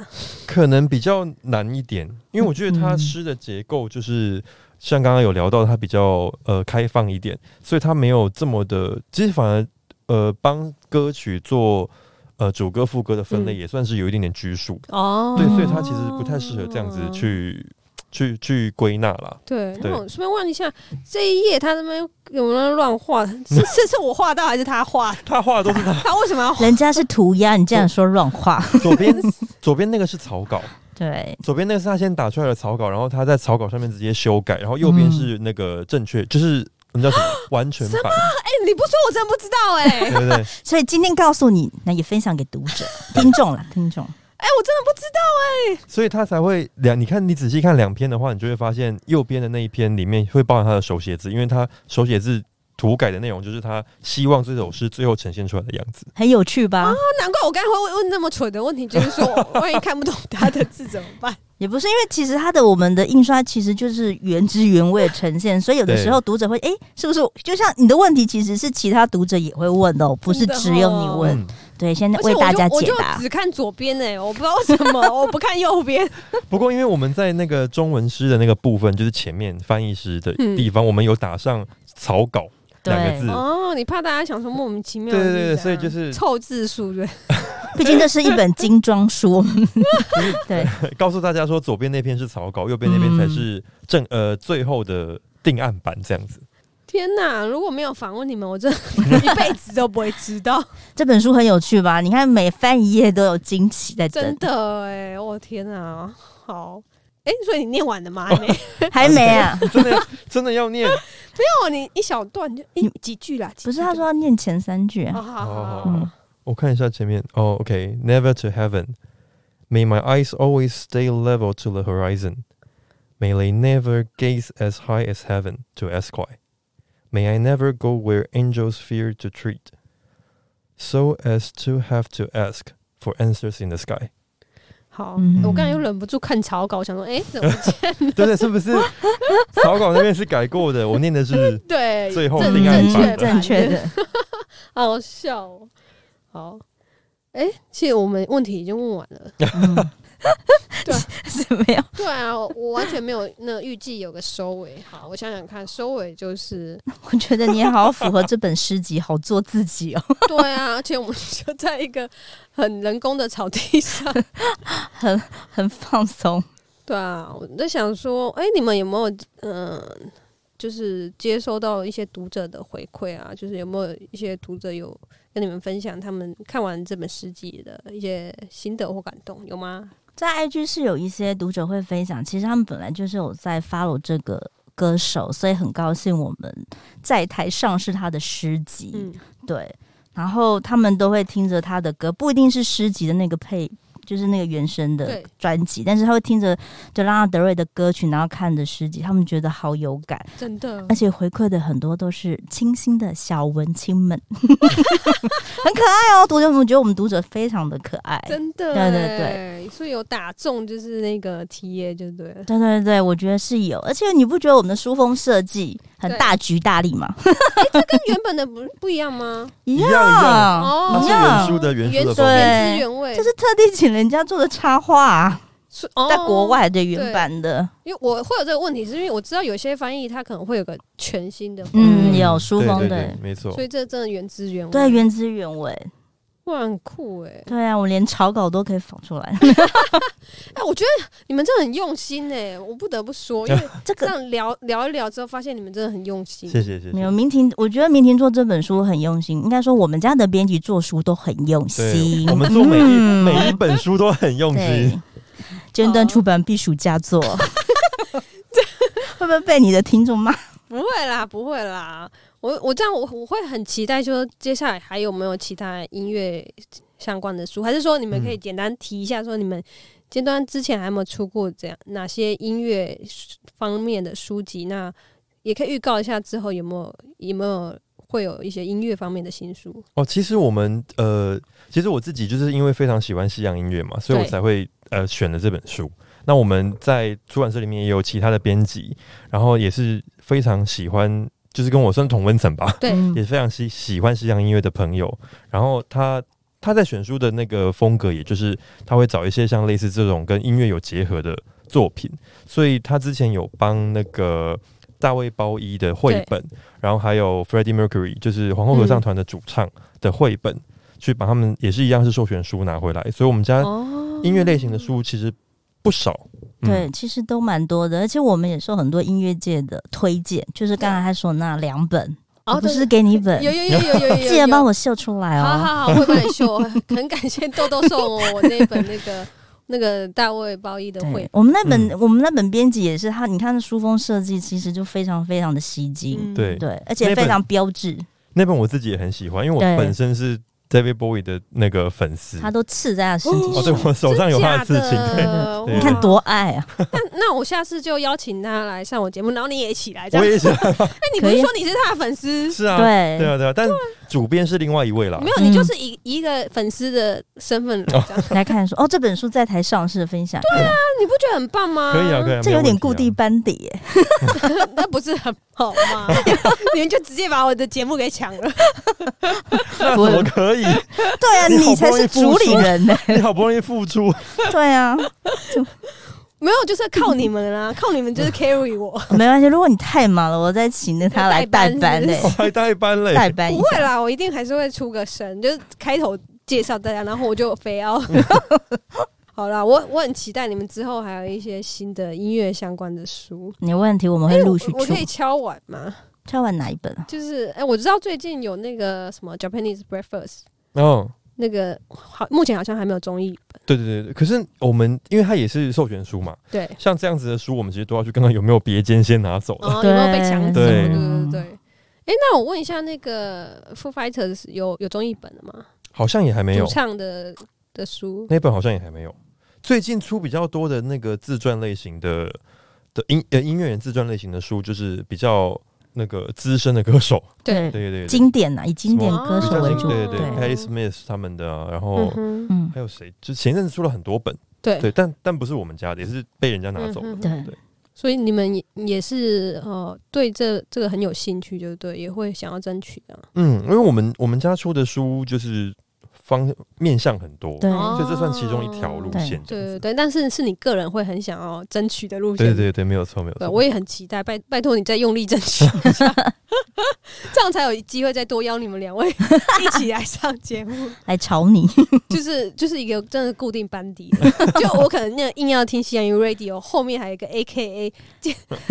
B: 可能比较难一点，因为我觉得它
C: 嗯
B: 诗的结构就是像刚刚有聊到，它比较呃开放一点，所以它没有这么的，其实反而呃帮歌曲做呃主歌副歌的分类
A: 嗯
B: 也算是有一点点拘束，
A: 哦
B: 对，所以它其实不太适合这样子去去去归纳啦。
A: 对，
B: 对
A: 那我顺便问一下，这一页他这边有没有乱画？ *laughs* 是是是我画到还是他画？
B: 他画的都是他
A: 他为什么
C: *laughs*
A: 要画？哎
C: 人家是涂鸦，你竟然说乱画，
B: 左边左边那个是草稿，
C: 对，
B: 左边那个是他先打出来的草稿，然后他在草稿上面直接修改，然后右边
C: 嗯
B: 是那个正确，就是我 *laughs* 们叫什么完全版，
A: 哎、你不说我真不知道哎、 *laughs*
B: 对不对？
C: 所以今天告诉你，那也分享给读者、听众啦，听众，
A: 哎、我真的不知道。
B: 所以他才会两，你看你仔细看两篇的话，你就会发现右边的那一篇里面会包含他的手写字，因为他手写字涂改的内容就是他希望这首诗最后呈现出来的样子。
C: 很有趣吧？
A: 那难怪我刚才会问问那么蠢的问题，就是说 *laughs* 万一看不懂他的字怎么办？
C: 也不是，因为其实它的我们的印刷其实就是原汁原味的呈现，所以有的
B: 对
C: 时候读者会哎、诶是不是？就像你的问题，其实是其他读者也会问的、哦，不是
A: 嗯真的
C: 只有你
A: 哦
C: 问。
B: 嗯，
C: 对，现在
A: 而且
C: 为大家
A: 我
C: 解
A: 就我
C: 答
A: 就。只看左边哎、我不知道为什么 *laughs* 我不看右边。
B: 不过因为我们在那个中文诗的那个部分，就是前面翻译诗的地方，我们有打上草稿
C: 对
B: 两个字，
A: 哦，你怕大家想说莫名其妙
B: 对
A: 的
B: 对
A: 这样？
B: 对，所以就是
A: 凑字数对。
C: 毕竟这是一本精
A: *laughs*
C: 装书，对，
B: 告诉大家说，左边那篇是草稿，右边那边才是正呃最后的定案版这样子。
A: 天哪！如果没有访问你们，我
B: *laughs*
A: 真的一辈子都不会知道。
C: 这本书很有趣吧？你看每翻一页都有惊奇在
A: 真
C: 等，
A: 的哎，我天哪！好，哎、所以你念完了吗？还 *laughs* 没
C: 还没啊？
B: 真的真的要念，
A: 没有，哦你一小段就一几句啦。几句
C: 不是，他说要念前三句啊
A: 好，好好好
B: 哦
C: 嗯，
B: 我看一下前面哦，OK，Never、to heaven, may my eyes always stay level to the horizon, may they never gaze as high as heaven to esquire, may I never go where angels fear to treat, so as to have to ask for answers in the sky 。 *laughs*
A: 好，
C: 嗯
A: 哦我刚才又忍不住看草稿，想说，哎、怎么 *laughs*
B: 对对，是不是草稿那边是改过的？我念
A: *laughs*
B: 的是
A: 对？
B: 最后
A: 正
B: 另外
A: 正
B: 一
A: 确
B: 版
A: 版
B: 的
C: 嗯正确，的，
A: 好笑、哦。好，哎、其实我们问题已经问完了。
C: 嗯
A: 对
C: *laughs* 是没有。
A: 对啊，我我完全没有那预计有个收尾。好，我想想看，收尾就是 *laughs*
C: *laughs* 我觉得你也好符合这本诗集，好做自己哦， *laughs*
A: 对啊，而且我们就在一个很人工的草地上。
C: 很很放松。
A: 对啊，我在想说，哎、你们有没有嗯、呃就是接收到一些读者的回馈啊？就是有没有一些读者有跟你们分享他们看完这本诗集的一些心得或感动，有吗？
C: 在 IG 是有一些读者会分享，其实他们本来就是有在 follow 这个歌手，所以很高兴我们在台上是他的诗集。
A: 嗯，
C: 对，然后他们都会听着他的歌，不一定是诗集的那个配，就是那个原声的
A: 对
C: 专辑，但是他会听着就拉拉德瑞的歌曲，然后看着诗集，他们觉得好有感，
A: 真的
C: 而且回馈的很多都是清新的小文青们， *laughs* 很可爱哦。读者们觉得我们读者非常的可爱，
A: 真的
C: 对对
A: 对，所以有打中就是那个题耶，就对 *laughs* 了。
C: 对对对，我觉得是有，而且你不觉得我们的书封设计很
A: 对
C: 大局大利吗？
A: 跟原本的不不一样吗？
C: 一
B: 样一样
A: 哦
B: 啊它是原书的原
A: 原
B: 书的
A: 汁
B: 封面，
C: 对
A: 原味，
C: 就是特地请人家做的插画啊、
A: 是哦
C: 在国外的原版的，
A: 因为我会有这个问题，是因为我知道有些翻译它可能会有个全新 *laughs* 的封
C: 嗯，
A: 面，
C: 有书
B: 对
C: 封
B: 对
C: 的
B: 对，，没错
A: 所。以这真的原汁原味。
C: 对，原汁原味。
A: 哇，很酷哎！
C: 对啊，我连草稿都可以仿
A: *laughs*
C: 出来。
A: 哎，我觉得你们真的很用心哎，我不得不
B: *laughs*
A: 说，因为
C: 这
A: 这
C: 个
A: 样聊聊一聊之后，发现你们真的很用心。
B: 谢谢谢
C: 没
B: 谢
C: 有。明婷，我觉得明婷做这本书很用心，应该说我们家的编辑做书都很用
B: 对
C: 心，。
B: 我们做每一
C: *laughs* 嗯
B: 每一本书都很用心
C: 对，，尖端出版必属佳
A: *laughs*
C: 作。会不会被你的听众骂？
A: 不会啦，不会啦，我我这样我我会很期待，说接下来还有没有其他音乐相关的书，还是说你们可以
B: 嗯
A: 简单提一下，说你们尖端之前还有没有出过这样哪些音乐方面的书籍？那也可以预告一下之后有没有有没有会有一些音乐方面的新书？
B: 哦，其实我们呃，其实我自己就是因为非常喜欢西洋音乐嘛，所以我
A: 对
B: 才会呃选了这本书。那我们在出版社里面也有其他的编辑，然后也是非常喜欢，就是跟我算同温层吧，
A: 对，
C: 嗯
B: 也非常喜喜欢西洋音乐的朋友。然后他他在选书的那个风格，也就是他会找一些像类似这种跟音乐有结合的作品，所以他之前有帮那个大卫包伊的绘本，然后还有 Freddie Mercury 就是皇后合唱团的主唱的绘本，去把他们也是一样是授权书拿回来，所以我们家
A: 哦
B: 啊音乐类型的书其实不少。嗯
C: 对，其实都蛮多的，而且我们也受很多音乐界的推荐，就是刚才他说那两本，
A: 哦，
C: 我不
A: 对
C: 是给你一本
A: 有，有有有有有，
C: 记得帮
A: 我。
C: 我秀出来
A: 好
C: 哦。
A: 好好，我会帮你秀。很感谢豆豆送我我那本那个 *laughs* 那个大卫包伊的绘
C: 对，我们那本、
B: 嗯
C: 我们那本编辑也是他，你看书封设计其实就非常非常的吸睛，
A: 嗯
B: 对
C: 对，而
B: 那
C: 且
B: 本嗯
C: 非常标志，
B: 那本我自己也很喜欢，因为
C: 对
B: 我本身是 David Bowie 的那个粉丝。
C: 他都刺在他身体
B: 哦，
C: 上，
B: 对我手上有他的刺青，
A: 真
B: *laughs* 对
A: 假的
B: 对
C: 你看多爱啊！
A: 那那我下次就邀请他来上我节目，然后你也一起来。这
B: 我
A: 样，
B: 也想
A: 哎，你不是
C: 可以
A: 说你是他的粉丝？
B: *laughs* 是啊，
C: 对啊
B: 对啊，对啊，但主编是另外一位啦
A: 没。
C: 嗯
A: 有，你就是以以一个粉丝的身份来这样，
C: 来看说哦，这本书在台上市分享，对啊，
A: 那你不觉得很棒吗？
B: 可以啊，可以啊，
C: 这
B: 没
C: 有
B: 问题
C: 点
B: 啊
C: 固定班底耶，
A: 那不是很好吗？ *laughs* 你们就直接把我的节目给抢了。
B: *laughs* 那怎么可
C: *laughs*
B: 以？
C: 对啊，
B: 你好
C: 你才
B: 不容易
C: 是
B: 复
C: 主理
B: 出
C: 人
B: *laughs*
C: 呢，
B: 你好不容易付出，
C: 对啊，
A: 没有，就是靠你们啦，靠你们
B: *laughs*
A: 就是 carry 我。
C: 没关系，如果你太忙了，我再请那他来代班嘞
A: 代，
B: 我 *laughs* 还代班嘞。
C: 代班一
A: 不会
C: 下。
A: 啦，我一定还是会出个声，就是开头介绍大家，然后我就非
C: *laughs*
A: 要。好啦，我我很期待你们之后还有一些新的音乐相关的书，
C: 你问题我们会陆续
A: 哎我我
C: 出
A: 可，以敲碗吗？
C: 挑完哪一本啊？
A: 就是哎、我知道最近有那个什么 Japanese Breakfast，
B: 哦，
A: 那个好，目前好像还没有中译本。
B: 对对对对，可是我们因为它也是授权书嘛，
A: 对，
B: 像这样子的书，我们其实都要去看看有没有别间先拿走了。
A: 哦，有没有被抢走？对对
B: 对
A: 对对。哎、那我问一下，那个 Foo Fighters 有有中译本的吗？
B: 好像也还没有
A: 主，唱的的书，
B: 那本好像也还没有。最近出比较多的那个自传类型的的音呃音乐人自传类型的书，就是比较那个资深的歌手，
A: 对，
B: 对对对，
C: 经典啊呐，以经典歌
B: 比
C: 手
B: 较
C: 为
B: 经
C: 主，
B: 对对
A: 对
B: ，Patti Smith 他们的啊，然
A: 嗯
B: 后
A: 哼，
C: 嗯，
B: 还有谁？就前阵子出了很多本，
A: 对
B: 对，但但不是我们家的，也是被人家拿走了。
A: 嗯哼
C: 对
B: 对
A: 所以你们也也是呃对这这个很有兴趣，就对，也会想要争取的。
B: 嗯，因为我们我们家出的书就是方面向很多，
C: 对哦
A: 哦
B: 所以这算其中一条路线这
A: 对
B: 样
A: 对
B: 子。
A: 对，但是是你个人会很想要争取的路线。
B: 对对对对，没有错没有
A: 对
B: 错。
A: 我也很期待，拜拜托你再用力争取一
B: *laughs*
A: 下，这样才有机会再多邀你们两位 *laughs* 一起来上节
B: *laughs*
A: 目。
C: 来吵
A: *laughs*
C: 你，
A: 就是就是一个真的 *laughs* 固定班底了，就我可能那个硬要听西洋 U Radio，后面还有一个 A K A，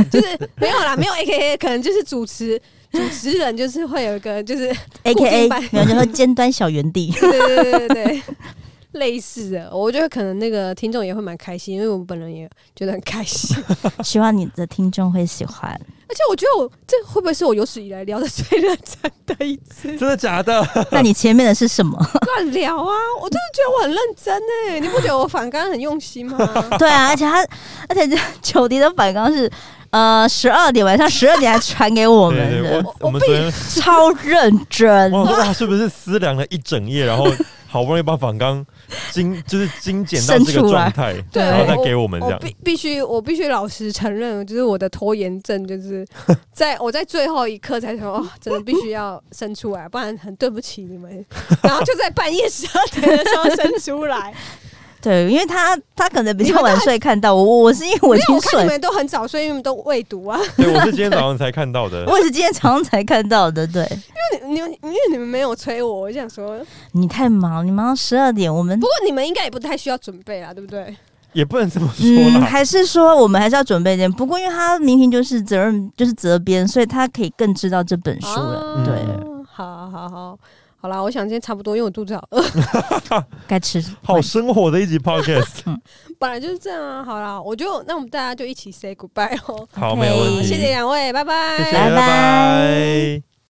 A: 就是没有啦，没有 A K A，可能就是主持主持人就是会有一个就是
C: A
A: 固定
C: K A，
A: 班
C: 然后尖端小园地，
A: 对对对对对， *laughs* 类似的，我觉得可能那个听 *laughs* 众也会蛮开心，因为我本人也觉得很开心。
B: *laughs*
C: 希望你的听众会喜欢。
A: 而且我觉得我这会不会是我有史以来聊的最认真的一次？
B: 真的假的？
C: 那你前面的是
B: *laughs*
C: 什么？
A: 乱聊啊！我真的觉得我很认真哎、你不觉得我反刚很用心吗？
C: 对啊，而且他，而且这九迪的反刚是，呃，十二点晚上十二点还传给我
B: 对
C: 们的，
B: 对，我我们昨天
C: 超认真。
B: 我想说哇，是不是思量了一整夜，然后好不容易把仿钢精就是精简到这
C: 生
B: 个
C: 出
B: 状
C: 来
B: 态，
A: 对
B: 然后再给我们这
A: 我
B: 样，
A: 必必须我必须老实承认，就是我的拖延症，就是在我在最后一刻才说哦，真的必须要生出来，不然很对不起你们。 *laughs* 然后就在半夜十二点的时候生出来，
C: 对，因为他他可能比
A: 你
C: 较
A: 们
C: 晚睡看到我，我我是因为我已
A: 没有，
C: 经
A: 我看
C: 睡
A: 你，们都很早睡，因为你们都未读啊，
B: 对我是今天早上才看到的，
C: *laughs* 我也是今天早上才看到的。对
A: 因为你你们因为你们没有催我，我就想说，
C: 你太忙，你忙到十二点，我们
A: 不过你们应该也不太需要准备啦，对不对？
B: 也不能这么说
C: 嗯，
B: 啦。
C: 还是说我们还是要准备一点。不过因为他明明就是责任，就是责编，所以他可以更知道这本书了。
A: 啊
B: 对，
A: 好好好。好啦，我想今天差不多，因为我肚子好饿，
C: 该吃
B: 好生活的一集 podcast，
A: 本来就是这样啊。好啦，我就那我们大家就一起 say goodbye 哦。
B: 好，没有问题，
A: 谢谢两位，拜拜，
B: 谢谢，
C: 拜
B: 拜
C: 拜
B: 拜。